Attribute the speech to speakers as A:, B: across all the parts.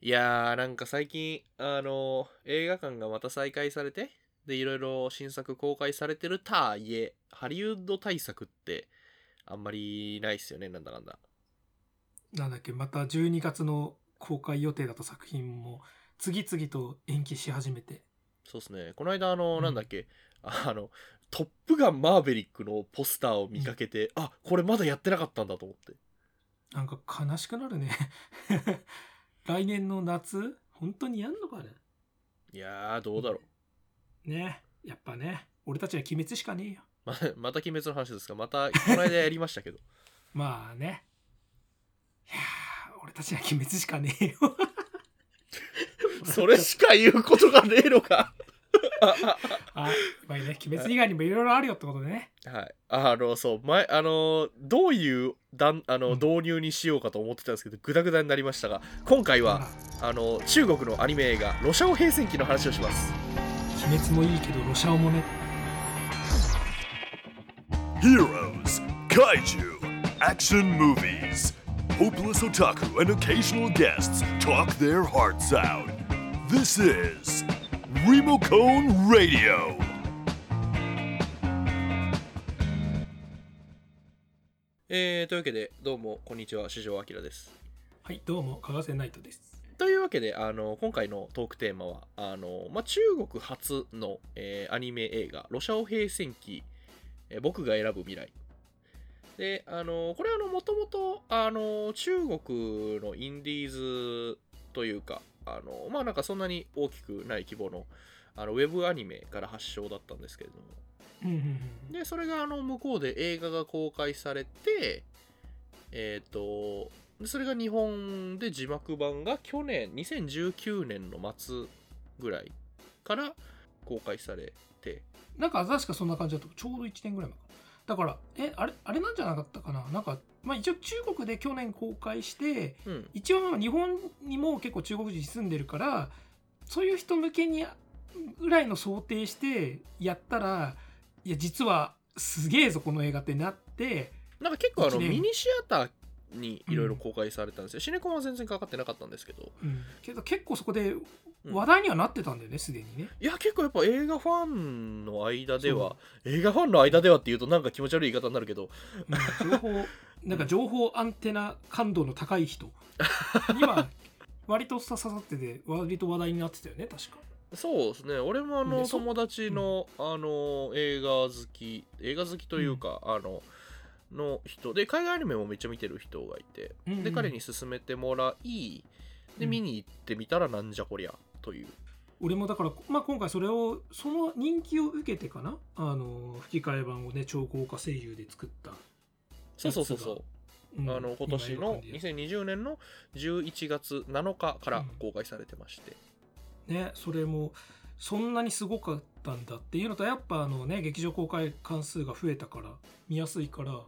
A: いやーなんか最近あの映画館がまた再開されてでいろいろ新作公開されてるたーいえハリウッド対策ってあんまりないっすよねなんだなんだ
B: なんだっけ、また12月の公開予定だった作品も、次々と延期し始めて。
A: そうっすねこの間あの、
B: うん
A: なんだっけあの「トップガンマーヴェリック」のポスターを見かけて、あこれまだやってなかったんだと思って
B: なんか悲しくなるね。 来年の夏、本当にやんのかね
A: いやーどうだろう
B: ねやっぱね、俺たちは鬼滅しかねえよ。
A: ままた鬼滅の話ですかまたこの間やりましたけ ど
B: まあね。いやー、俺たちは鬼滅しかねえよ。
A: それしか言うことがねえのか
B: あ、やっぱりね、鬼滅以外にもいろいろあるよってことでね。
A: はい、あのそう前あのどういうだんあの
B: うん
A: 導入にしようかと思ってたんですけどグダグダになりましたが今回はあの中国のアニメ映画「ロシアオ平戦記」の話をします
B: 鬼滅もいいけど、ロシャオもね。
C: Heroes, kaiju, action movies. Hopeless otaku and occasional guests talk their hearts out. This is Remocone Radio.
A: え Eh, ー、というわけでどうもこんにちは四条明です
B: はい、どうも、かがせナイトです。
A: というわけであの今回のトークテーマはあの、まあ、中国初の、えーアニメ映画「ロシアオ平戦記、えー僕が選ぶ未来」であのこれはもともと中国のインディーズというかあのまあなんかそんなに大きくない規模のあのウェブアニメから発祥だったんですけれども
B: うんうんうん。
A: でそれがあの向こうで映画が公開されてえっ、とでそれが日本で字幕版が去年2019年の末ぐらいから公開されて
B: なんか、確かそんな感じだと、ちょうど1年ぐらい前かな。だから、え、あれ、あれなんじゃなかったかななんか、まあ一応中国で去年公開して、
A: うん
B: 一応まあ日本にも結構中国人住んでるからそういう人向けにぐらいの想定してやったらいや実はすげえぞこの映画ってなって
A: なんか結構あの
B: 一年
A: ミニシアターにいろいろ公開されたんですよ、シネコンは全然かかってなかったんですけど
B: けど結構そこで
A: うん
B: 話題にはなってたんだよねすでにね。
A: いや結構やっぱ映画ファンの間では映画ファンの間ではっていうとなんか気持ち悪い言い方になるけど
B: うん情報なんか情報アンテナ感度の高い 人には割とさ刺さってて割と話題になってたよね確か。
A: そうですね俺もあの
B: ねそ
A: 友達の,、あの映画好き映画好きというか、あのの人で海外アニメもめっちゃ見てる人がいて、
B: うんう
A: で
B: ん
A: 彼に勧めてもらいで
B: うん
A: 見に行ってみたらなんじゃこりゃという、
B: 俺もだから、まあ、今回それをその人気を受けてかなあの吹き替え版をね超豪華声優で作った、
A: そうそうそうそう
B: う
A: あの今年の2020年の11月7日から公開されてまして、
B: ねそれもそんなにすごかったんだっていうのとやっぱあのね劇場公開関数が増えたから見やすいから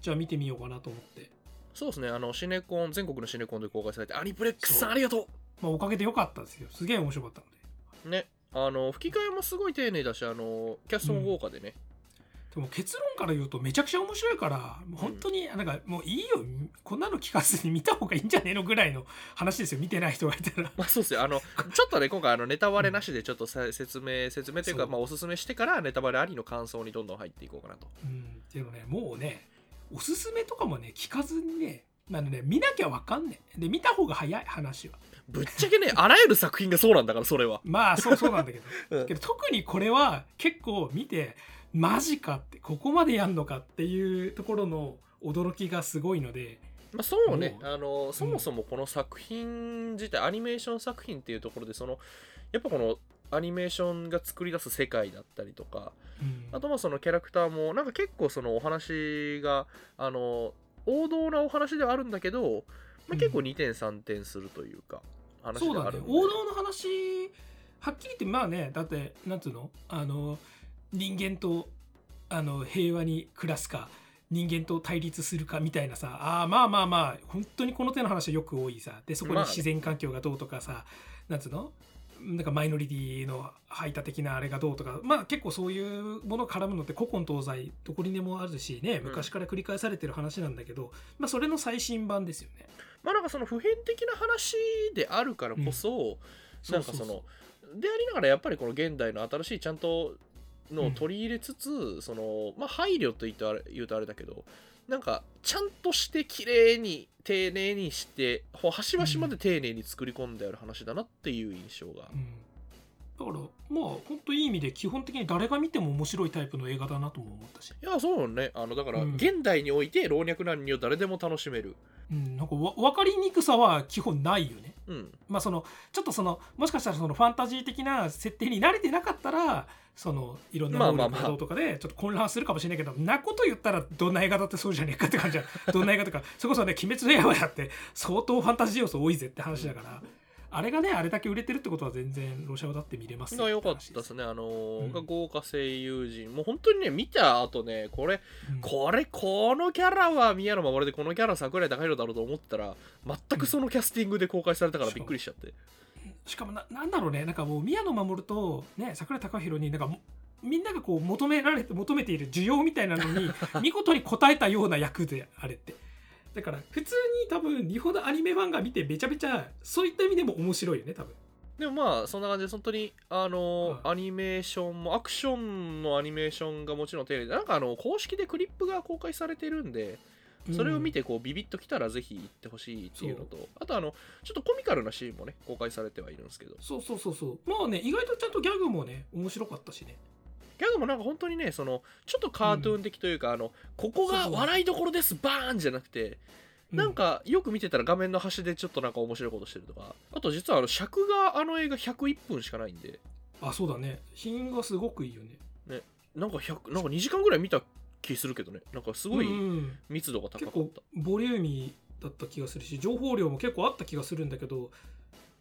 B: じゃあ見てみようかなと思って、
A: そうですねあのシネコン全国のシネコンで公開されてアニプレックスさ
B: そ
A: ん
B: う
A: ありがとう
B: まあ、おかげで良かったですよすげえ面白かったので
A: ねあの吹き替えもすごい丁寧だしあのキャストも豪華でね、
B: でも結論から言うとめちゃくちゃ面白いからもう本当になんかもういいよこんなの聞かずに見た方がいいんじゃねえのぐらいの話ですよ見てない人がいたら。
A: まあそうですよあのちょっとね今回あのネタバレなしでちょっとさ説明説明というか
B: そう
A: まあおすすめしてからネタバレありの感想にどんどん入っていこうかなと
B: うん、でもねもうねおすすめとかもね聞かずにねなので、ね、見なきゃわかんねえで見た方が早い話は
A: ぶっちゃけねあらゆる作品がそうなんだからそれは
B: まあそうそうなんだけど、
A: うん
B: けど特にこれは結構見てマジかってここまでやんのかっていうところの驚きがすごいので
A: まあそうね
B: おう
A: あのそもそもこの作品自体アニメーション作品っていうところでそのやっぱこのアニメーションが作り出す世界だったりとか
B: うん
A: あとまあそのキャラクターもなんか結構そのお話があの王道なお話ではあるんだけど、まあ、結構2点3点するというか話で
B: そう
A: はあ
B: だ
A: る
B: ね
A: んで
B: 王道の話はっきり言ってまあねだってなんつうのあの人間とあの平和に暮らすか人間と対立するかみたいなさあーまあまあまあ本当にこの手の話はよく多いさでそこに
A: まあね
B: 自然環境がどうとかさ、なんつうのなんかマイノリティの排他的なあれがどうとか、まあ、結構そういうもの絡むのって古今東西どこにでもあるしね
A: ん
B: 昔から繰り返されてる話なんだけど、まあ、それの最新版ですよね。
A: まあなんかその普遍的な話であるからこそ、なんかそのでありながらやっぱりこの現代の新しいちゃんとのを取り入れつつ、そのまあ配慮と言ってあれ言うとあれだけどなんかちゃんとして綺麗に丁寧にしてほ端々まで丁寧に作り込んである話だなっていう印象が、
B: うん、だからまあ本当いい意味で基本的に誰が見ても面白いタイプの映画だなとも思ったし、
A: いやそうよねあのだから
B: うん
A: 現代において老若男女誰でも楽しめる
B: うん、なんかわ分かりにくさは基本ないよね。
A: うん
B: まあ、そのちょっとそのもしかしたらそのファンタジー的な設定に慣れてなかったらそのいろんな
A: まあ
B: 能
A: まあ
B: 力
A: まあ
B: がどうとかでちょっと混乱するかもしれないけど、なこと言ったらどんな映画だってそうじゃねえかって感じじゃん どんな映画とかそれこそね「鬼滅の刃」だって相当ファンタジー要素多いぜって話だから、あれがねあれだけ売れてるってことは全然ロシア語だって見れます
A: が良かっ
B: 話
A: た
B: で
A: ですすねあのー
B: うん
A: が豪華声優陣もう本当にね見た後ねこれ
B: うん
A: これこのキャラは宮野真守でこのキャラ桜井高弘だろうと思ってたら全くそのキャスティングで公開されたからびっくりしちゃって
B: しかもななんだろうねなんかもう宮野真守と、ね、桜井孝宏になんかもみんながこう求められて求めている需要みたいな のに見事に応えたような役であれってだから普通に多分日本のアニメファンが見てめちゃめちゃそういった意味でも面白いよね多分
A: でもまあそんな感じで本当にあのー
B: うん
A: アニメーションもアクションのアニメーションがもちろん丁寧でなんかあの公式でクリップが公開されてるんでそれを見
B: て、
A: てこうビビッときたらぜひ行ってほしいっていうのとあとあのちょっとコミカルなシーンもね公開されてはいるんですけど
B: そうそうそうそうまあね意外とちゃんとギャグもね面白かったしね
A: ギャグもなんか本当にねそのちょっとカートゥーン的というか、あのここが笑いどころですバーンじゃなくて
B: う
A: なんかよく見てたら画面の端でちょっとなんか面白いことしてるとかあと実はあの尺があの映画101分しかないんで
B: あそうだね品がすごくいいよね
A: なんか100なんか2時間ぐらい見た気するけどねなんかすごい
B: うん
A: 密度が高
B: 結
A: かっ
B: 構
A: た、
B: ボリューミーだった気がするし情報量も結構あった気がするんだけど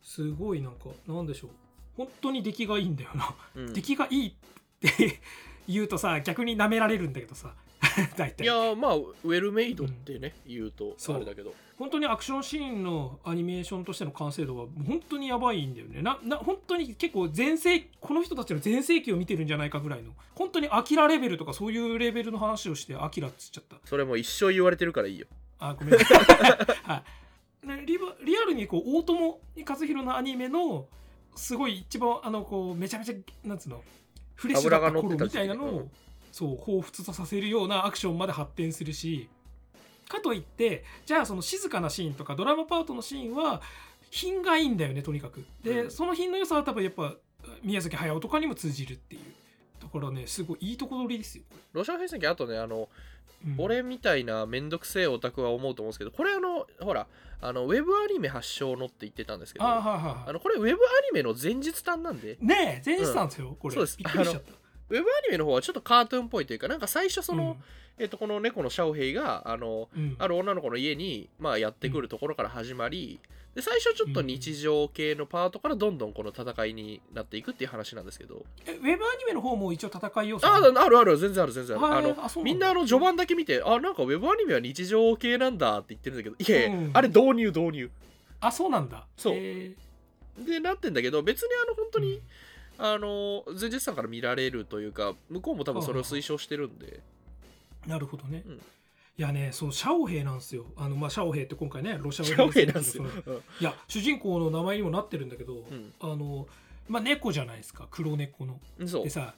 B: すごいなんかなんでしょう本当に出来がいいんだよな、
A: うんい
B: 出来がいいって言うとさ逆に舐められるんだけどさ 大体
A: やーまあウェルメイドってね、言うと
B: そう
A: あれだけど
B: 本当にアクションシーンのアニメーションとしての完成度は本当にやばいんだよねなな本当に結構全盛この人たちの全盛期を見てるんじゃないかぐらいの本当にアキラレベルとかそういうレベルの話をしてアキラっつっちゃった
A: それも一生言われてるからいいよ
B: あ ごめんなさい、はい、ねリバリアルにこう大友和弘のアニメのすごい一番あのこうめちゃめちゃなんつうのフレッシュだった
A: 脂が乗っ
B: 頃
A: てた
B: み
A: 時期
B: たいなの
A: う
B: を
A: ん
B: そう彷彿とさせるようなアクションまで発展するしかといってじゃあその静かなシーンとかドラマパートのシーンは品がいいんだよねとにかくで、
A: うん
B: その品の良さは多分やっぱ宮崎駿とかにも通じるっていうだからねすごいいいとこ取りですよこ
A: ロシア編成機あとねあの
B: れ、うん
A: 俺みたいなめんどくせえオタクは思うと思うんですけどこれあのほらあのウェブアニメ発祥のって言ってたんですけど
B: あはい
A: あ
B: はいはい
A: のこれウェブアニメの前日短なんで
B: ねえ前日なんですよ、これ
A: そうです
B: びっくりしちゃった
A: ウェブアニメの方はちょっとカートゥーンっぽいというかなんか最初その、えっとこの猫のシャオヘイがあの
B: うん、うん
A: ある女の子の家に、まあ、やってくるところから始まり、で最初ちょっと日常系のパートからどんどんこの戦いになっていくっていう話なんですけど、
B: えウェブアニメの方も一応戦い要素
A: あ
B: る
A: ああるある全然ある全然あるあの
B: あそう
A: み
B: なんん
A: な
B: だ
A: あの序盤だけ見てあなんかウェブアニメは日常系なんだって言ってるんだけどいやいや、
B: うん
A: あれ導入導入
B: あそうなんだ
A: そう
B: え
A: でなってんだけど別にあの本当に、
B: うん
A: あの前日さんから見られるというか向こうも多分それを推奨してるんで、
B: ーなるほどね、
A: うん
B: いやねそうシャオヘイなんですよあのまあシャオヘイって今回ねロシア語
A: シャオヘイなんですよ、
B: そのいや主人公の名前にもなってるんだけ
A: う
B: ど、
A: ん
B: あのまあ猫じゃないですか黒猫の
A: うん、そう
B: でさ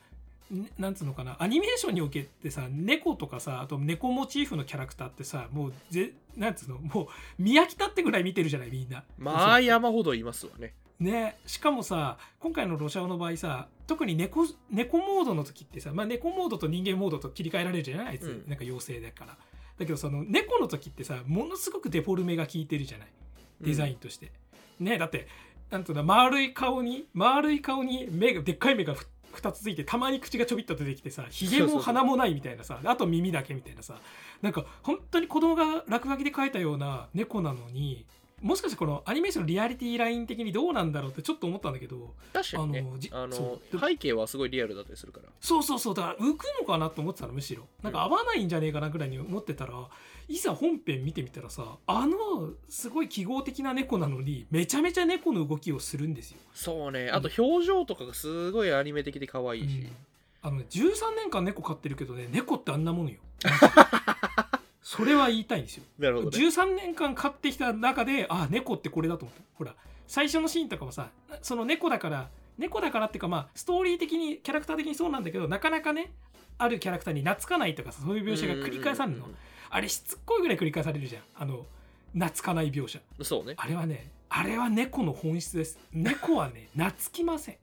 B: ねなんつうのかなアニメーションにおけってさ猫とかさあと猫モチーフのキャラクターってさもうぜなんつうのもう見飽きたってぐらい見てるじゃないみんな
A: まあ山ほどいますわね
B: ねしかもさ今回のロシア語の場合さ特に猫猫モードの時ってさ、まあ、猫モードと人間モードと切り替えられるじゃないあい
A: う
B: つ、
A: ん
B: なんか妖精だからだけどその猫の時ってさものすごくデフォルメが効いてるじゃないデザインとして、ねだってなんとな丸い顔に丸い顔に目がでっかい目がふ2つついてたまに口がちょびっと出てきてさひ
A: そ
B: げ
A: うそうそ
B: も
A: う
B: 鼻もないみたいなさあと耳だけみたいなさなんか本当に子供が落書きで描いたような猫なのにもしかしてこのアニメーションのリアリティライン的にどうなんだろうってちょっと思ったんだけど
A: 確かにね
B: あのじ
A: あの
B: そう
A: 背景はすごいリアルだったりするから
B: そうそうそうだから浮くのかなと思ってたのむしろなんか合わないんじゃねえかなぐらいに思ってたらいざ本編見てみたらさあのすごい記号的な猫なのにめちゃめちゃ猫の動きをするんですよ。
A: そうね
B: ん
A: あと表情とかがすごいアニメ的で可愛いし、
B: あのね、13年間猫飼ってるけどね猫ってあんなも のよそれは言いたいんですよ
A: なるほどね
B: 13年間飼ってきた中であ猫ってこれだと思ったほら最初のシーンとかもさその猫だから猫だからっていうかまあストーリー的にキャラクター的にそうなんだけどなかなかねあるキャラクターに懐かないとかさそういう描写が繰り返されるの
A: うんうん
B: あれしつっこいぐらい繰り返されるじゃんあの懐かない描写
A: うんそうね
B: あれはねあれは猫の本質です猫はね 懐きません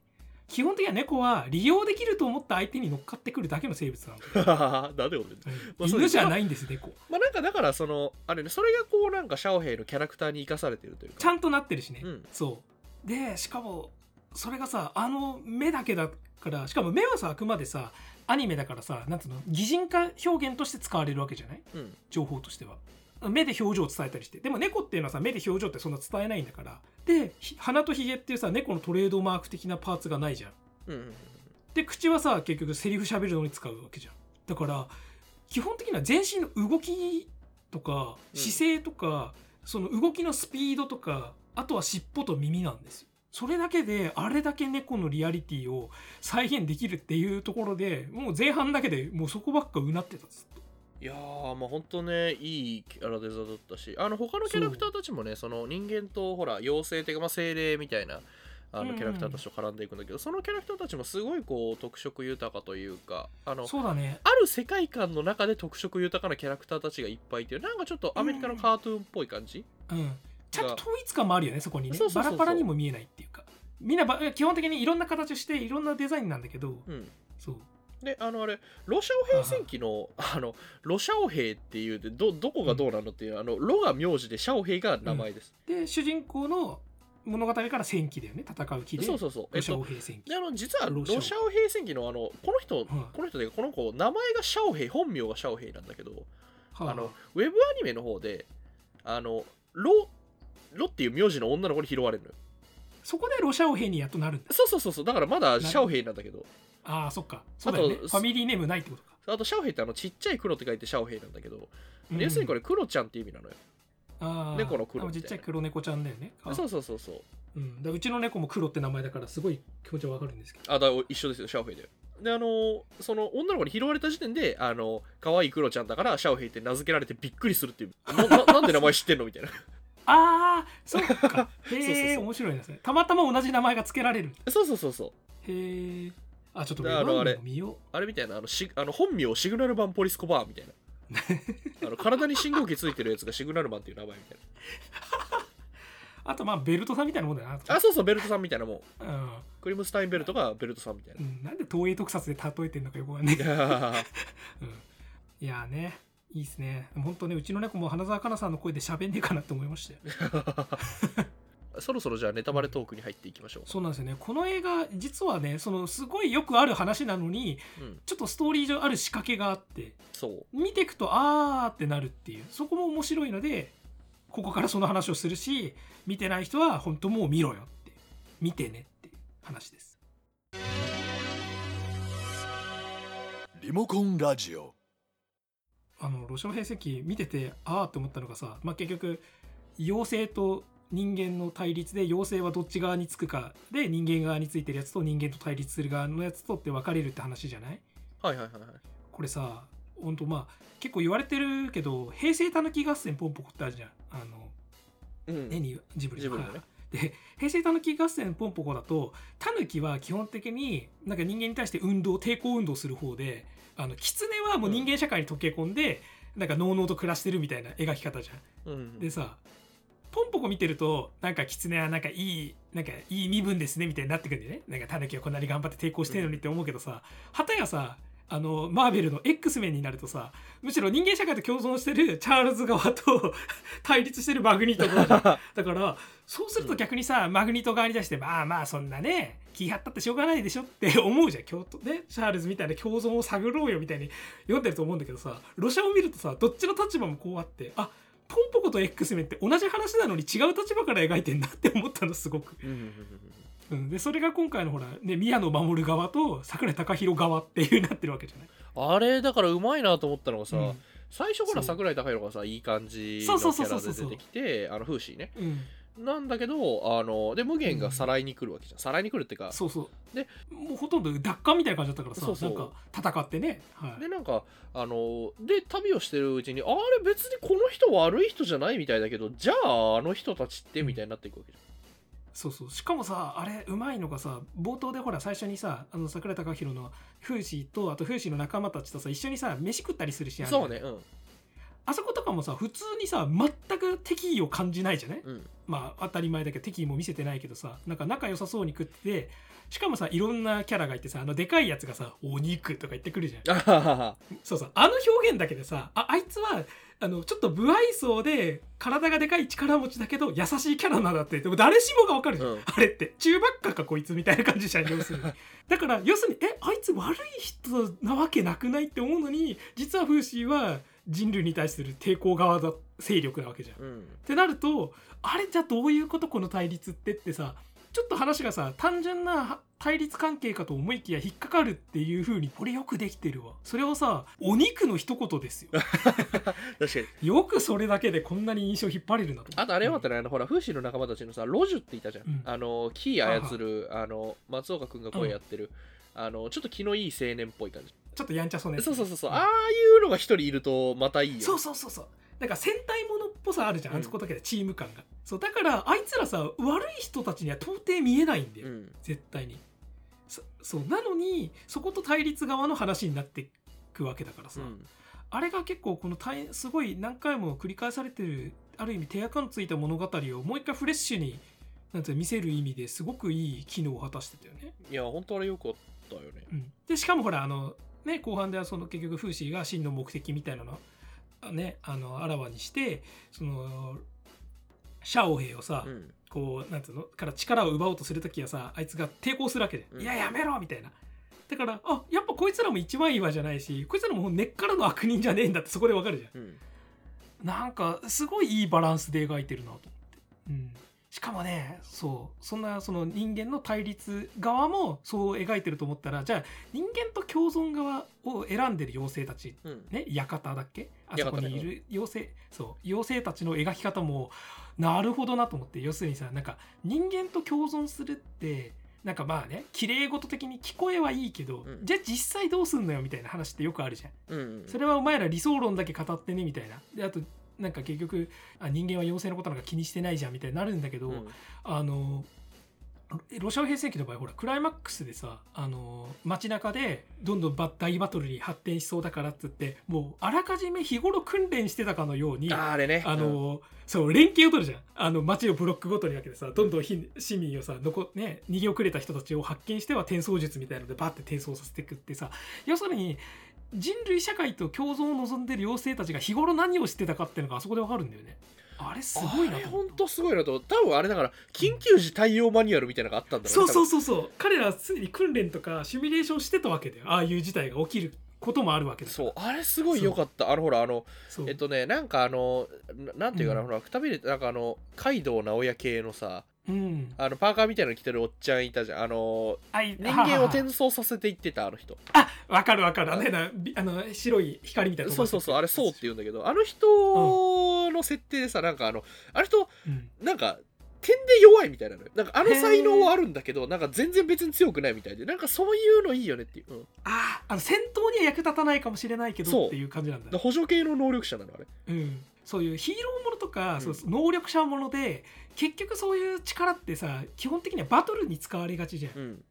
B: 基本的には猫は利用できると思った相手に乗っかってくるだけの生物なんだ、
A: なんで俺 まあそう
B: 犬
A: です
B: じゃないんです 猫
A: まあなんかだからそのあれねそれがこうなんかシャオヘイのキャラクターに生かされてるというか
B: ちゃんとなってるしね、
A: うん
B: そうでしかもそれがさあの目だけだからしかも目はさあくまでさアニメだからさなんつうの擬人化表現として使われるわけじゃない
A: うん
B: 情報としては目で表情を伝えたりしてでも猫っていうのはさ目で表情ってそんな伝えないんだからでひ鼻とひげっていうさ猫のトレードマーク的なパーツがないじゃん
A: うんうん
B: で口はさ結局セリフ喋るのに使うわけじゃんだから基本的には全身の動きとか
A: うん
B: 姿勢とか、その動きのスピードとかあとは尻尾と耳なんですよそれだけであれだけ猫のリアリティを再現できるっていうところでもう前半だけでもうそこばっかうなってたずっと
A: いやーまあ本当ねいいキャラデザだったしあの他のキャラクターたちもねその人間とほら妖精っていうか、まあ、精霊みたいなあ
B: うんう
A: の
B: ん
A: キャラクターたちと絡んでいくんだけど、そのキャラクターたちもすごいこう特色豊かというかあの
B: そうだね
A: ある世界観の中で特色豊かなキャラクターたちがいっぱいっていうなんかちょっとアメリカのカートゥーンっぽい感じ、
B: うんちゃんと統一感もあるよねそこにね
A: そうそうそうそう
B: バラバラにも見えないっていうかみんなば基本的にいろんな形をしていろんなデザインなんだけど、
A: うん、
B: そう
A: であのあれロシャオ平戦記のあのロシャオ兵っていうでどどこがどうなのっていう、あのロが名字でシャオ兵が名前です、
B: で主人公の物語から戦記だよね戦う気で
A: そうそうそうえ
B: ロ
A: っ
B: シャ
A: と
B: 王兵戦記
A: であの実はロ
B: ロ
A: シ
B: シャオ
A: ャオ平戦記のあのこの人、
B: は
A: この人でこの子名前がシャオ兵本名がシャオ兵なんだけど、
B: は
A: あのウェブアニメの方であのロロっていう名字の女の子に拾われるのよ
B: そこでロシャ王兵にやっとなるんだ
A: そうそうそうそうだからまだシャオ兵なんだけど
B: ああそっかそうだよね
A: あ
B: フ
A: と
B: ァミリーネームないってことか、
A: あとシャオヘイってあのちっちゃい黒って書いてシャオヘイなんだけど、
B: うん
A: 要するにこれクロちゃんって意味なのよ、
B: あー
A: 猫の黒
B: あ
A: みた
B: ち
A: い
B: っ
A: な
B: ちゃい黒猫ちゃんだよねあ
A: そうそうそうそう
B: うん、だからうちの猫も黒って名前だからすごい気持ちはわかるんですけど
A: あだから一緒ですよシャオヘイでであのその女の子に拾われた時点であの可愛いクロちゃんだからシャオヘイって名付けられてびっくりするっ ていうなななんで名前知ってんのみたいな
B: ああそっ か
A: そうそう
B: へえ面白いですねたまたま同じ名前が付けられる
A: そうそうそうそう
B: へえあちょっと
A: だからあれ
B: ウェブアニメも見よ
A: あれみたいなあのしあの本名シグナルマンポリスコバーみた いなあの体に信号機ついてるやつがシグナルマンっていう名前みたいう
B: あとまあベルトさんみたいなもんだな
A: なあそうそうベルトさんみたいなもん
B: うん
A: クリムスタインベルトがベルトさんみたい
B: うん、なんで東映特撮で例えてんのかよくわかんないけど
A: な
B: いやーね、いいっすね。本当ね、うちの猫も花澤香菜さんの声で喋んねえかなって思いましたよ。
A: そろそろじゃあネタバレトークに入っていきましょ
B: そうなんですよね。この映画、実はね、そのすごいよくある話なのに、
A: う、うん、
B: ちょっとストーリー上ある仕掛けがあって、
A: そう
B: 見ていくと、あーってなるっていう、そこも面白いので、ここからその話をするし、見てない人は本当もう見ろよって、見てねっていう話です。
C: リモコンラジオ
B: あの、ロシアの平成期見てて、あーって思ったのがさ、まあ、結局、妖精と人間の対立で、妖精はどっち側につくかで、人間側についてるやつと人間と対立する側のやつとって分かれるって話じゃない
A: はいはいはいはい
B: これさ、ほんとまあ、結構言われてるけど、平成たぬき合戦ポンポコってあるじゃん。あの、
A: うん
B: ね、にジブリ
A: ジブリの
B: は
A: ね
B: いで平成たぬき合戦ポンポコだとタヌキは基本的になんか人間に対して運動抵抗運動する方であの狐はもう人間社会に溶け込んで、なんかのうのうと暮らしてるみたいな描き方じゃ。
A: うんん
B: でさポンポコ見てるとなんか狐はなんかいいなんかいい身分ですねみたいになってくるんだよねなんかタヌキはこんなに頑張って抵抗してるのにって思うけどさ旗やさあのマーベルの X メンになるとさむしろ人間社会と共存してるチャールズ側と対立してるマグニート側じゃんだからそうすると逆にさ、マグニート側に対してまあまあそんなね気張ったってしょうがないでしょって 思うじゃん共闘ねチャールズみたいな共存を探ろうよみたいに読んでると思うんだけどさロシアを見るとさどっちの立場もこうあってあポンポコと X メンって同じ話なのに違う立場から描いてんだって思ったのすごく、
A: うんうんうん
B: うん、でそれが今回のほら、ね、宮野真守側と桜井貴弘側っていうなってるわけじゃない
A: うんあれだからうまいなと思ったのがさ、
B: うん
A: 最初か
B: そ
A: ら
B: う
A: 桜井高弘がさいい感じ
B: そ
A: の
B: う
A: キ
B: そうそう
A: ャ
B: そ
A: ラ
B: うそ
A: で
B: う
A: 出てきてあの風刺ね
B: うん、
A: なんだけどあので無限がさらいに来るわけじゃんさらいに来るっていうか
B: そうそう
A: で
B: もうほとんど奪還みたいな感じだったからさ
A: そうそう
B: なんか戦ってね、はい、
A: でなんかあので旅をしてるうちにあれ別にこの人悪い人じゃないみたいだけどじゃああの人たちってみたいになっていくわけじ
B: そうそうしかもさあれうまいのがさ冒頭でほら最初にさあの桜井貴弘のフーシーとあとフーシーの仲間たちとさ一緒にさ飯食ったりするシ
A: ゃ
B: ーン
A: ん
B: あるじ
A: そ
B: ゃ
A: うんねうん
B: あそことかもさ普通にさ全く敵意を感じないじゃない、
A: うん
B: まあ当たり前だけど敵意も見せてないけどさなんか仲良さそうに食っててしかもさいろんなキャラがいてさあのでかいやつがさ「お肉」とか言ってくるじゃん
A: あははは
B: そうそうあの表現だけでさああいつはあのちょっと不愛想で体がでかい力持ちだけど優しいキャラなんだってでも誰しもがわかる じゃん、
A: うん
B: あれって中ばっかかこいつみたいな感じじゃん要する にだから要するにえあいつ悪い人なわけなくないって思うのに実はフーシーは人類に対する抵抗側だ勢力なわけじゃん。っ
A: うん
B: てなるとあれじゃあどういうことこの対立ってってさちょっと話がさ単純な対立関係かと思いきや引っかかるっていう風にこれよくできてるわそれをさお肉の一 言ですよ
A: 確かに
B: よくそれだけでこんなに印象引っ張れるなと
A: あとあれよかったねあのほら風刺の仲間たちのさロジュっていたじゃん、
B: うん
A: あのキー操るあの松岡君が声やってる、あのちょっと気のいい青年っぽい感じ、
B: ちょっとやんちゃそうね
A: そうそうそうそう、
B: ん
A: ああいうのが一人いるとまたいいよ
B: そうそうそうそうなんか戦隊ものっぽさあるじゃん、
A: うん
B: あそこだけでチーム感がそうだからあいつらさ悪い人たちには到底見えないんだよ、
A: ん、
B: 絶対にそそうなのにそこと対立側の話になってくわけだから
A: う
B: さ、
A: ん、
B: あれが結構この大すごい何回も繰り返されてるある意味手垢のついた物語をもう一回フレッシュになんていうの見せる意味ですごくいい機能を果たしてたよね。
A: いや本当あれよかったよね
B: うん、でしかもほらあの、ね、後半ではその結局フーシーが真の目的みたいなのをねあのあらわにしてそのシャオヘイをさ、
A: うん
B: こうなんつうのから力を奪おうとする時はさあいつが抵抗するわけで「
A: うん
B: いややめろ!」みたいな。だからあやっぱこいつらも一番いいわじゃないしこいつらも根っからの悪人じゃねえんだってそこでわかるじゃん。
A: うん
B: なんかすごいいいバランスで描いてるなと思って、うん、しかもねそうそんなその人間の対立側もそう描いてると思ったらじゃあ人間と共存側を選んでる妖精たち
A: うん
B: ね館だっけあそ
A: 館
B: こ
A: ね
B: にいる妖精そう妖精たちの描き方もなるほどなと思って要するにさなんか人間と共存するってなんかまあね綺麗事的に聞こえはいいけど、
A: うん
B: じゃあ実際どうすんのよみたいな話ってよくあるじゃん。
A: うん
B: それはお前ら理想論だけ語ってねみたいなであとなんか結局あ人間は妖精のことなんか気にしてないじゃんみたいになるんだけど、
A: うん
B: あのロシア平成期の場合ほらクライマックスでさあの街中でどんどんバ大バトルに発展しそうだからっつってもうあらかじめ日頃訓練してたかのように
A: あーあれね
B: あの、 そう連携を取るじゃんあの街をブロックごとに分けてさどんどんひ市民をさ残、ね、逃げ遅れた人たちを発見しては転送術みたいのでバッて転送させていくってさ要するに人類社会と共存を望んでる妖精たちが日頃何をしてたかっていうのがあそこで分かるんだよねあれすごいな
A: あれ
B: と思
A: 本
B: った
A: 当すごいなと多分あれだから緊急時対応マニュアルみたいなのがあったんだろ
B: そうそう
A: うね
B: そうそう彼らは常に訓練とかシミュレーションしてたわけだよああいう事態が起きることもあるわけ
A: 多分
B: だから
A: そうあれすごい良かったあのほらあの
B: そう
A: えっとねなんかあのななんていうかな、
B: うん
A: ほらくたびれてなんかあのカイドウ直哉系のさ
B: うん
A: あのパーカーみたいなの着てるおっちゃんいたじゃんあの
B: あい
A: 人間を
B: はは
A: 転送させていってたあの人
B: あわかるわかるあの変なびあの白い光みたいな
A: そうそうそうあれそうって
B: いう、
A: 言うんだけどあの人の設定でさなんかあのあの人
B: うん
A: なんか点で弱いみたいなのよなんかあの才能はあるんだけどなんか全然別に強くないみたいでなんかそういうのいいよねっていう、うん、
B: あああの戦闘には役立たないかもしれないけ
A: そ
B: ど
A: う
B: っていう感じなん
A: で
B: だ、
A: 補助系の能力者なのあれ
B: うん、そういうヒーローものとか、
A: うん
B: そうそう能力者もので結局そういう力ってさ基本的にはバトルに使われがちじゃん、
A: うん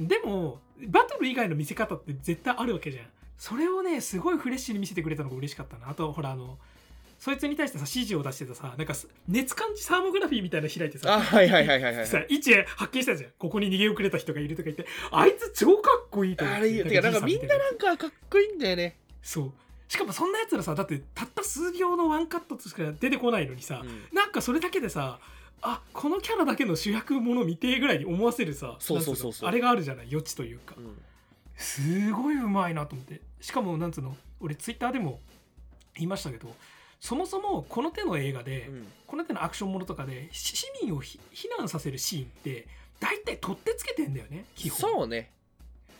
B: でもバトル以外の見せ方って絶対あるわけじゃんそれをねすごいフレッシュに見せてくれたのが嬉しかったなあとほらあのそいつに対してさ指示を出してたさなんかす熱感知サーモグラフィーみたいなの開いてさ
A: あはいはいはいはいはい
B: さ位置発見したじゃんここに逃げ遅れた人がいるとか言ってあいつ超かっこいいと思っ
A: あ
B: て
A: れいいよてかなんかみんな
B: な
A: なんかかっこいいんだよね、
B: そうしかもそんなやつらさだってたった数秒のワンカットとしか出てこないのにさ、
A: うん
B: なんかそれだけでさあこのキャラだけの主役もの見てぐらいに思わせるさ
A: そうそうそうそう
B: なんつのあれがあるじゃない余地というか
A: うん
B: すごいうまいなと思ってしかもなんつうの俺ツイッターでも言いましたけどそもそもこの手の映画で、
A: うん
B: この手のアクションものとかでし市民をひ避難させるシーンって大体取ってつけてんだよね基本
A: そうね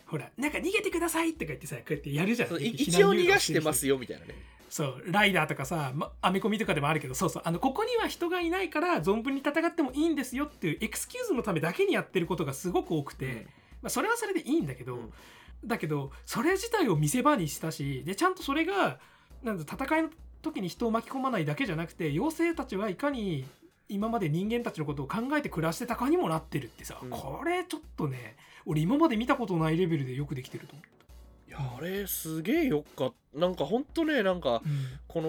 B: ほらなんか逃げてくださいとか言ってさこうやってやるじゃん
A: そうい
B: 避難
A: 一応
B: 誘
A: 逃
B: 導
A: がして
B: る人
A: ますよみたいなね
B: そうライダーとかさ、ま、アメコミとかでもあるけどそうそうあのここには人がいないから存分に戦ってもいいんですよっていうエクスキューズのためだけにやってることがすごく多くて、
A: うん
B: まあ、それはそれでいいんだけど、
A: うん
B: だけどそれ自体を見せ場にしたしでちゃんとそれがなんだ戦いの時に人を巻き込まないだけじゃなくて妖精たちはいかに今まで人間たちのことを考えて暮らしてたかにもなってるってさ、
A: うん
B: これちょっとね俺今まで見たことないレベルでよくできてると思
A: いやあれすげえよっかなんかほんとねなんか
B: う。
A: こ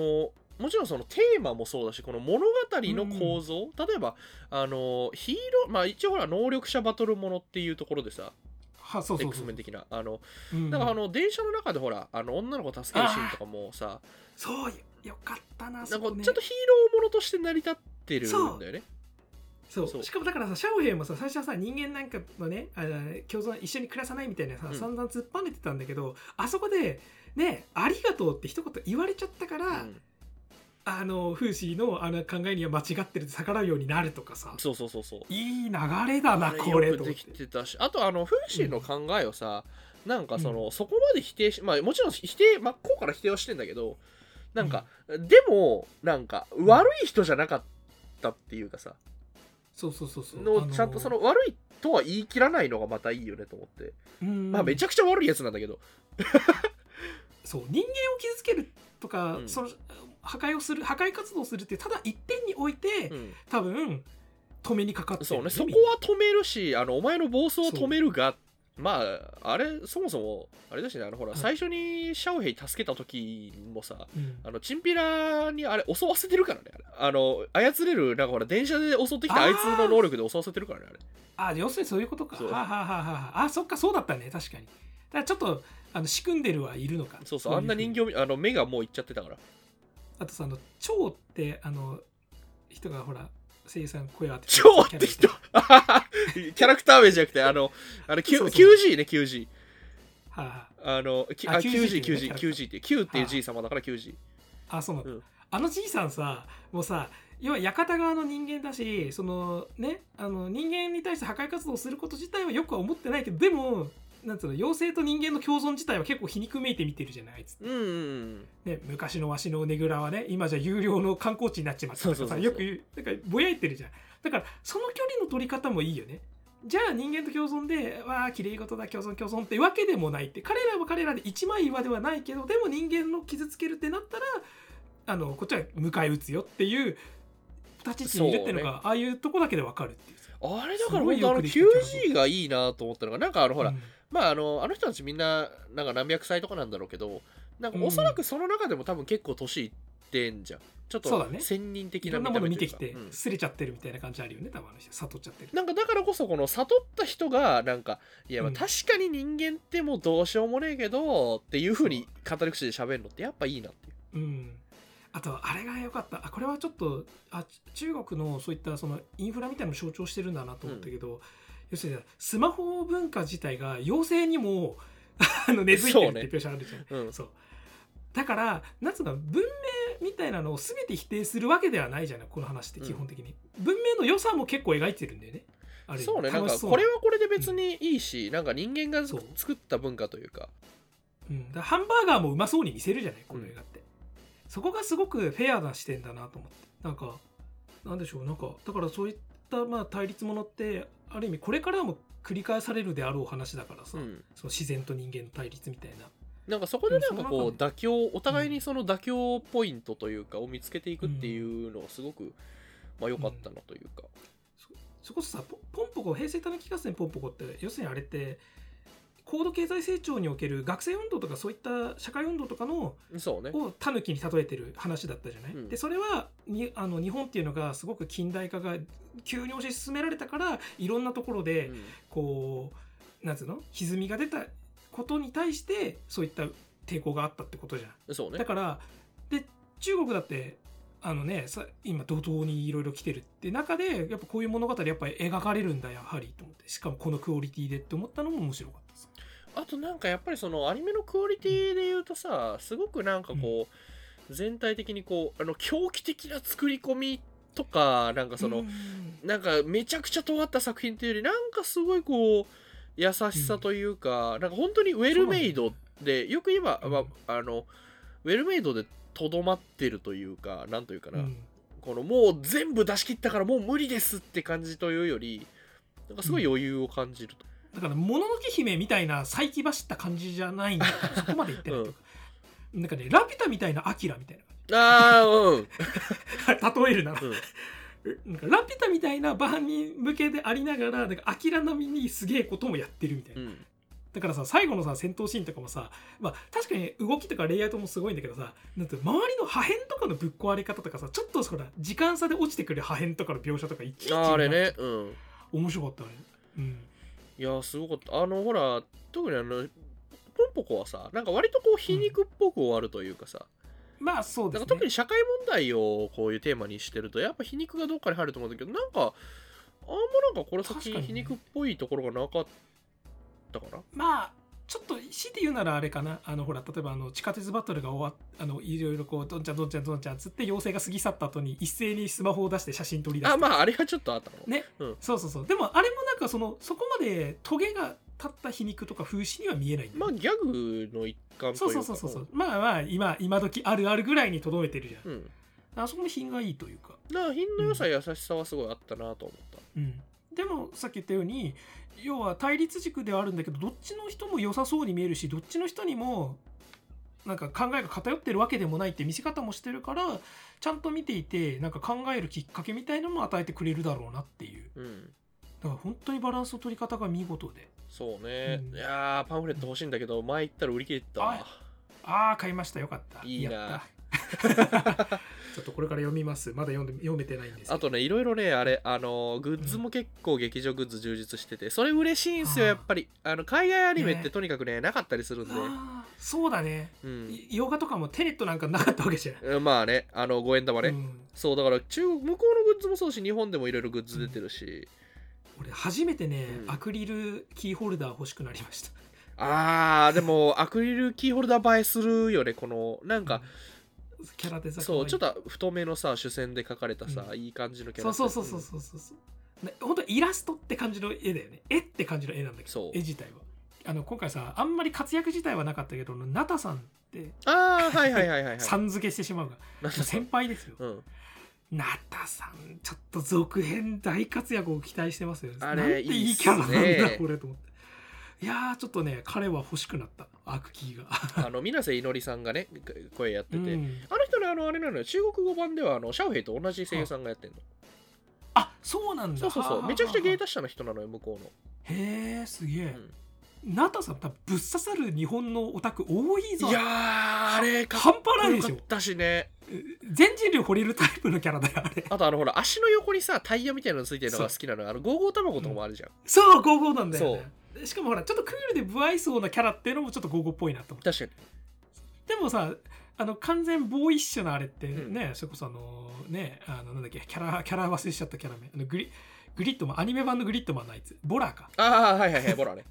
A: のもちろんそのテーマもそうだしこの物語の構造、例えばあのヒーローまあ一応ほら能力者バトルものっていうところでさ
B: はそうそうそう
A: X メン的なあの
B: うん
A: だからあの電車の中でほらあの女の子助けるシーンとかもさ
B: そうよよかったな
A: な
B: そ
A: んか
B: こ、ね、
A: ちょっとヒーローものとして成り立ってるんだよね
B: そう
A: そう
B: しかもだからさシャオヘイもさ最初はさ人間なんかのねあ共存一緒に暮らさないみたいなさ、
A: うん
B: 散々突っぱねてたんだけどあそこでねありがとうって一言言われちゃったから、
A: うん
B: あのフーシーのあの考えには間違ってるって逆らうようになるとかさ
A: そうそうそうそう
B: いい流れだな
A: あれ
B: これ
A: よく
B: と思っ
A: で
B: て
A: きてたしあとあのフーシーの考えをさ、なんかその、そこまで否定しまあもちろん否定真っ向から否定はしてんだけどなんか、でもなんか悪い人じゃなかったっていうかさ、
B: そうそうそうそうあ
A: の
B: ー
A: ちゃんとその悪いとは言い切らないのがまたいいよねと思って、
B: うん
A: まあめちゃくちゃ悪いやつなんだけど
B: そう人間を傷つけるとか、
A: うん
B: その破壊をする破壊活動をするっていうただ一点において、
A: うん
B: 多分止めにかかってる
A: そうね、そ
B: み
A: こ
B: んな
A: は止めるし、あのお前の暴走を止めるが、まあ、あれ、そもそも、あれだしね、あのほら、
B: はい
A: 最初にシャオヘイ助けた時もさ、
B: うん
A: あのチンピラにあれ襲わせてるからね、あれあの操れる、なんかほら、電車で襲ってきた
B: あ
A: あ
B: ー
A: いつの能力で襲わせてるからね、あれ。
B: あ要するにそういうことか。
A: そう
B: はあ、はあはあはあ、あそっかそうだったね確かに。だからちょっとあの仕組んでるはいるのか。
A: そうそう、あんな人
B: 形。
A: 形、あの目がもういっちゃってたから。
B: あとさあの蝶ってあの人がほら声優さん声を当てて
A: 超って 人、キャラクター名じゃなくて、あの、あの Q-
B: そうそう
A: 9G ね、9G。
B: はあ、は
A: あの、き
B: あ
A: あ 9G、
B: 9G っていうね
A: 9G、
B: キャラクター
A: 9G って、9っていう G 様だから 9G。
B: あ、あそうなんだ、
A: うん
B: あのじいさんさもうさ要は館側の人間だしそのねあの人間に対して破壊活動をすること自体はよくは思ってないけどでもなんつうの妖精と人間の共存自体は結構皮肉めいて見てるじゃないあいつって
A: うんうんうん。
B: ね、昔のわしのねぐらはね今じゃ有料の観光地になっちまったとか
A: そうそう
B: さ
A: そう
B: よく言うだからぼやいてるじゃんだからその距離の取り方もいいよねじゃあ人間と共存でわあ綺麗事だ共存共存ってわけでもないって彼らは彼らで一枚岩ではないけどでも人間の傷つけるってなったらあのこっちは迎え撃つよっていう立ち位置にいるっていうのがああいうとこだけでわかるっていうさ
A: あれだから
B: すご
A: 本
B: い
A: 当あの
B: よくできてる
A: 9G がいいなと思ったのがなんかあのほら、
B: うん
A: まああのあの人たちみんななんか何百歳とかなんだろうけどなんかおそらくその中でも多分結構年いってんじゃんちょっ
B: そう
A: と
B: だね
A: 専任的
B: い
A: な
B: ろんなもの見て
A: と
B: き
A: いう
B: て
A: かうん
B: すれちゃってるみたいな感じあるよね多分あの人悟っちゃってる
A: なんかだからこそこの悟った人がなんかいやまあ
B: うん
A: 確かに人間ってもうどうしようもねえけどっていうふうに語り口で喋るのってやっぱいいなっていう
B: うん、あとあれが良かったあこれはちょっとあち中国のそういったそのインフラみたいなのを象徴してるんだなと思ったけど、要するにスマホ文化自体が妖精にも あの根付いてるって描写あるじゃん。
A: うん
B: そうだからなんつうか文明みたいなのを全て否定するわけではないじゃないこの話って基本的に、文明の良さも結構描いてるんだよねある意味
A: そうねなん
B: 楽
A: か
B: しそう
A: これはこれで別にいいし、なんか人間が
B: そう
A: 作った文化というか
B: うん、だからハンバーガーもうまそうに見せるじゃないこの映画って、そこがすごくフェアな視点だなと思ってなんかなんでしょうなんかだからそういったまあ対立ものってある意味これからも繰り返されるであろう話だから
A: う
B: さ、
A: ん
B: その自然と人間の対立みたいな
A: なんかそこでなん
B: で
A: か
B: もそ
A: こ
B: の中
A: う妥協お互いにその妥協ポイントというかを見つけていくっていうのはすごくまあ良かったなというか、
B: それこそさポポンポコ平成たぬき合戦ポンポコって要するにあれって高度経済成長における学生運動とかそういった社会運動とかの
A: そうね
B: をタヌキに例えてる話だったじゃない、
A: うん
B: でそれはにあの日本っていうのがすごく近代化が急に推し進められたからいろんなところで、
A: うん
B: こうなんつうの歪みが出たことに対してそういった抵抗があったってことじゃん。
A: そう
B: だ
A: ね
B: からで中国だってあのねさ今怒涛にいろいろ来てるって中でやっぱこういう物語やっぱり描かれるんだやはりと思ってしかもこのクオリティでって思ったのも面白かったです。
A: あとなんかやっぱりそのアニメのクオリティで言うとさすごくなんかこう、全体的にこうあの狂気的な作り込みとかなんかその、
B: うん
A: なんかめちゃくちゃ尖った作品というよりなんかすごいこう優しさというか、なんか本当にウェルメイドでよく言えば、
B: うん
A: まあ、あのウェルメイドでとどまってるというかなんというかな、
B: うん
A: このもう全部出し切ったからもう無理ですって感じというよりなんかすごい余裕を感じると、
B: だから「もののけ姫」みたいな再起走った感じじゃな いんだよそこまでいってないというか、なんかね「ラピュタ」みたいな「アキラ」みたいな
A: ああうんうん
B: 例えるならなんかラピュタみたいなバーミン向けでありながらなんかアキラ並みにすげえこともやってるみたいな、
A: うん
B: だからさ最後のさ戦闘シーンとかもさ、まあ、確かに動きとかレイアウトもすごいんだけどさなんて周りの破片とかのぶっ壊れ方とかさちょっとほら時間差で落ちてくる破片とかの描写とかいちいち
A: あーあれねうん
B: 面白かったねうん
A: いやーすごかったあのほら特にあのポンポコはさなんか割とこう皮肉っぽく終わるというかさ、
B: まあそうで
A: なん
B: す
A: か
B: ね
A: 特に社会問題をこういうテーマにしてるとやっぱ皮肉がどっかに入ると思うんだけどなんかあんまなんかこの
B: 確
A: 先
B: かにね
A: 皮肉っぽいところがなかったかな
B: まあちょっと強いて言うならあれかなあのほら例えばあの地下鉄バトルが終わっあのいろいろこうどんちゃんどんちゃんどんちゃんつって妖精が過ぎ去った後に一斉にスマホを出して写真撮り出す
A: あまああれがちょっとあったかも、
B: ね、
A: うん
B: そうそうそうでもあれもなんかそのそこまでトゲが立った皮肉とか風刺には見えないんだよ
A: まあギャグの一環
B: そ
A: と
B: う
A: いうか
B: そうそうそうそうまあまあ今今時あるあるぐらいにとどめてるじゃん、
A: うん
B: あそこも品がいいというか、
A: だから品の良さ優しさはすごいあったなと思った
B: うん、でもさっき言ったように要は対立軸ではあるんだけどどっちの人も良さそうに見えるしどっちの人にもなんか考えが偏ってるわけでもないって見せ方もしてるからちゃんと見ていてなんか考えるきっかけみたいのも与えてくれるだろうなっていう
A: うん
B: だから本当にバランスの取り方が見事で
A: そうね、
B: うん
A: いやーパンフレット欲しいんだけど前行ったら売り切れてたわ
B: あああ買いましたよかった
A: いいな
B: やった ちょっとこれから読みますまだ読んで読めてないんですけど
A: あとねいろいろねあれあのーグッズも結構劇場グッズ充実しててそれ嬉しいんすよ
B: あー
A: やっぱりあの海外アニメって
B: ね
A: とにかくねなかったりするんで、
B: あーそうだね
A: うん、
B: い洋画とかもテネットなんかなかったわけじゃん
A: うんまあねあの五円玉ね、
B: うん
A: そうだから中国向こうのグッズもそうだし日本でもいろいろグッズ出てるし、
B: 俺初めてね、
A: うん
B: アクリルキーホルダー欲しくなりました
A: あーで もアクリルキーホルダー映えするよねこのなんか、
B: うんキャラデザ
A: そうちょっ
B: と
A: と太めのさ主戦で描かれたさ、
B: うん
A: いい感じのキャ
B: そ
A: ラ
B: うそうそうそうそうそうそうね本当イラストって感じの絵だよね絵って感じの絵なんだけ
A: そう
B: ど絵自体はあの今回さあんまり活躍自体はなかったけどナタさんって
A: うんああはいはいはいはいはい
B: さん付けしてしまうが、
A: なんかさ
B: 先輩ですよ
A: うん、
B: ナタさんちょっと続編大活躍を期待してますよね
A: あ
B: なん
A: れ
B: ていいキャラなんだ
A: いいっすね
B: これと思っていやーちょっとね彼は欲しくなったアークキーが、
A: あの水瀬いのりさんがね声やってて、
B: うん
A: あの人ね、あの、あれなのよ、中国語版では、あの、シャオヘイと同じ声優さんがやってんの。
B: あそうなんだ
A: そうそうそう、めちゃくちゃ芸達者の人なのよ、向こうの。
B: へえすげえ、
A: う
B: ナタさん多分ぶっ刺さる日本のオタク多い
A: ん
B: ぞ
A: いやー、あれ、かっ
B: 半
A: こ
B: 端ない
A: よ
B: で
A: か
B: し
A: っ
B: ょ
A: たしね。
B: 全人類掘れるタイプのキャラだよあれ
A: あと、あの、ほら、足の横にさ、タイヤみたいなのついてるのが好きなのよ。あの、ゴーゴー卵とかもあるじゃん。
B: そうゴーゴーなんだよ、ね、しかもほらちょっとクールで不愛想なキャラっていうのもちょっとゴーゴーっぽいなと思って
A: 確かに。
B: でもさあの完全ボーイッシュなあれって
A: うん
B: ね、それこそあのねあのなんだっけキャラキャラ忘れしちゃったキャラ名あのグリグリッドマンアニメ版のグリッドマンのあいつボラーか
A: ああ、はいはいはい、ボラ ね。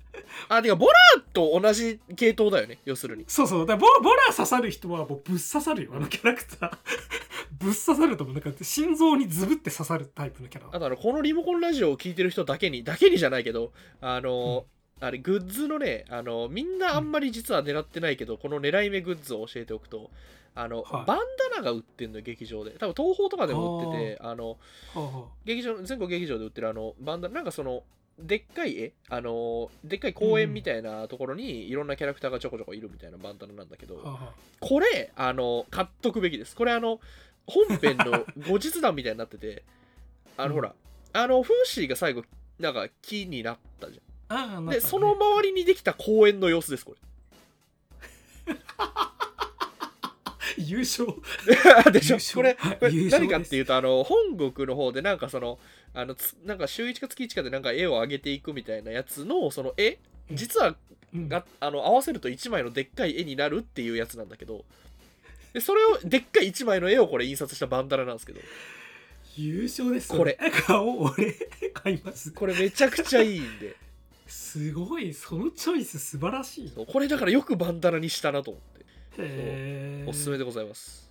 A: あ、てか、ボラと同じ系統だよね、要するに。
B: そうそうだからボボラー刺さる人はもうぶっ刺さるよあのキャラクター ぶっ刺さると思うなんか心臓にズブって刺さるタイプのキャラ
A: あと、あの、このリモコンラジオを聞いてる人だけに、だけにじゃないけど、あの、あれグッズのねあのみんなあんまり実は狙ってないけど、この狙い目グッズを教えておくとあの、
B: はい
A: バンダナが売ってんのよ劇場で多分東宝とかでも売っててあの
B: ほうほ
A: 劇場全国劇場で売ってるあのバンダナなんかそのでっかい絵あのでっかい公園みたいなところにいろんなキャラクターがちょこちょこいるみたいなバンダナなんだけど、
B: うほうほう
A: これあの買っとくべきですこれあの本編 の後日談みたいになっててあの、
B: うん
A: ほらあのフーシーが最後なんか木になったじゃん
B: ああなんか
A: で
B: ね
A: その周りにできた公園の様子です こ
B: 優勝
A: れでし
B: 優
A: ょ
B: 勝
A: これ
B: はい
A: これ
B: 優勝
A: 何
B: です
A: かっていうとあの本国の方でなんかそのあのつなんか週1か月1かでなんか絵を上げていくみたいなやつのその絵
B: うん
A: 実は
B: うん
A: があの合わせると1枚のでっかい絵になるっていうやつなんだけどでそれをでっかい1枚の絵をこれ印刷したバンダナなんですけど
B: 優勝です
A: これ
B: 顔俺買います
A: これめちゃくちゃいいんです
B: ごいそのチョイス素晴らしい
A: そうこれだからよくバンダナにしたなと思って
B: へえ
A: おすすめでございます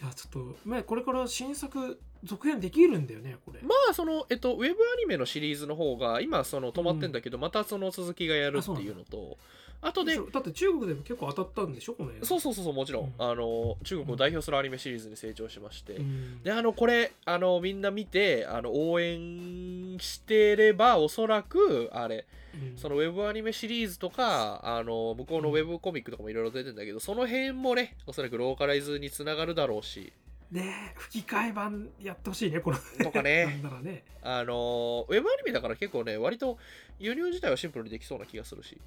B: いやちょっと、まあ、これから新作続編できるんだよねこれ、
A: まあそのえっとウェブアニメのシリーズの方が今その止まってんだけど、またその続きがやるっていうのとあとで
B: そうだって中国でも結構当たったんでしょこの映画
A: そうそうそうそうもちろん、
B: うん
A: あの中国を代表するアニメシリーズに成長しまして、
B: うん
A: であのこれあのみんな見てあの応援してればおそらくあれ
B: うん
A: そのウェブアニメシリーズとかあの向こうのウェブコミックとかもいろいろ出てんだけどその辺もねおそらくローカライズにつながるだろう し
B: ね吹き替え版やってほしいねこの
A: とか
B: な
A: ね
B: んならね
A: あのウェブアニメだから結構ね割と輸入自体はシンプルにできそうな気がするし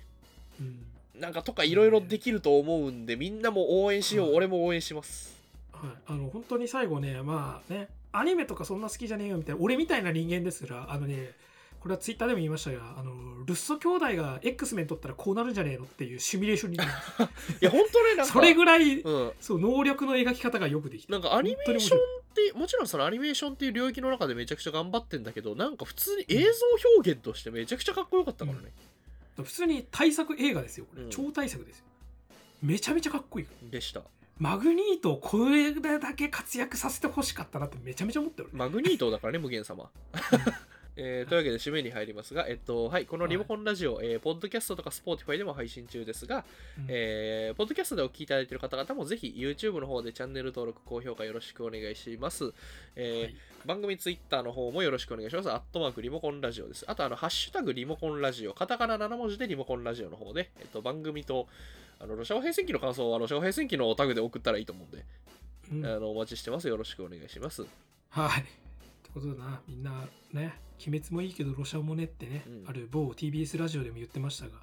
B: うん
A: なんかとかいろいろできると思うんでみんなも応援しよ
B: う
A: うん俺も応援します
B: はい、あの本当に最後ねまあねアニメとかそんな好きじゃねえよみたいな俺みたいな人間ですらあのねこれはツイッターでも言いましたがあのルッソ兄弟が X メン取ったらこうなるんじゃねえのっていうシミュレーション になる
A: いや本当ねなんか
B: それぐらい、
A: うん
B: そう能力の描き方がよくできた
A: なんかアニメーションってもちろんそのアニメーションっていう領域の中でめちゃくちゃ頑張ってんだけどなんか普通に映像表現としてめちゃくちゃかっこよかったからね、
B: 普通に大作映画ですよこれ、
A: うん
B: 超大作ですよめちゃめちゃかっこいい
A: でした
B: マグニートをこれだけ活躍させてほしかったなってめちゃめちゃ思ってる、
A: マグニートだからね無限様えーというわけで締めに入りますが、えっとはい、このリモコンラジオ、えーポッドキャストとか Spotify でも配信中ですが、
B: うん
A: えーポッドキャストでお聞きいただいている方々もぜひ YouTube の方でチャンネル登録、高評価よろしくお願いします。えー
B: はい
A: 番組ツイッターの方もよろしくお願いします。アットマークリモコンラジオです。あと、あの、ハッシュタグリモコンラジオ、カタカナ7文字でリモコンラジオの方で、えっと、番組と、あの、ロシア語平戦記の感想は、ロシア語平戦記のタグで送ったらいいと思うんで、
B: うん
A: あの、お待ちしてます。よろしくお願いします。
B: はい。ってことだな、みんなね、鬼滅もいいけど、ロシアもねってね、
A: うん
B: ある某 TBS ラジオでも言ってましたが、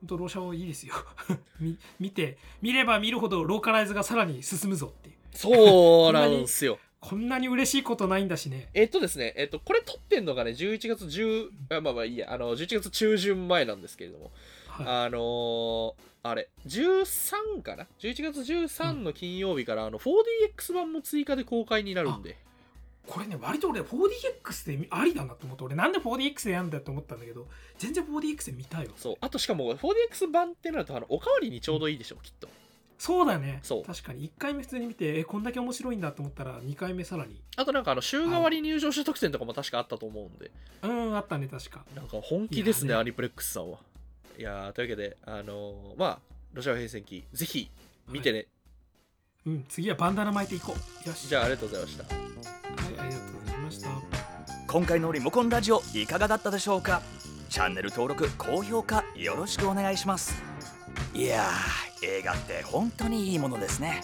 B: 本当ロシアはいいですよ。 み見て、見れば見るほどローカライズがさらに進むぞっていう。
A: そうなんすよ。
B: こんなに嬉しいことないんだしね。
A: えっとですね、えっと、これ撮ってんのがね、11月10、あまあまあいいや、あの、11月中旬前なんですけれども、
B: は
A: あのーあれ、13かな ?11 月13の金曜日から、あの、4DX 版も追加で公開になるんで。
B: い、これね、割と俺 4DX でありだなと思って、俺なんで 4DX でやんだと思ったんだけど、全然 4DX で見たいわ。
A: そうあとしかも 4DX 版ってなるとあのおかわりにちょうどいいでしょきっと
B: そうだね。
A: そう
B: 確かに1回目普通に見て、え、こんだけ面白いんだと思ったら、2回目さらに。
A: あとなんかあの週替わり入場者特典とかも確かあったと思うんで
B: うん、あったね、確か。
A: なんか本気です
B: い
A: ね
B: やね
A: アニプレックスさんはいやーというわけであのーまあロシア平戦記ぜひ見てね、
B: うん、次はバンダナ巻いていこう。よし。
A: じゃあありがとうございました
B: はい、ありがとうございました。
C: 今回のリモコンラジオいかがだったでしょうかチャンネル登録高評価よろしくお願いしますいやー映画って本当にいいものですね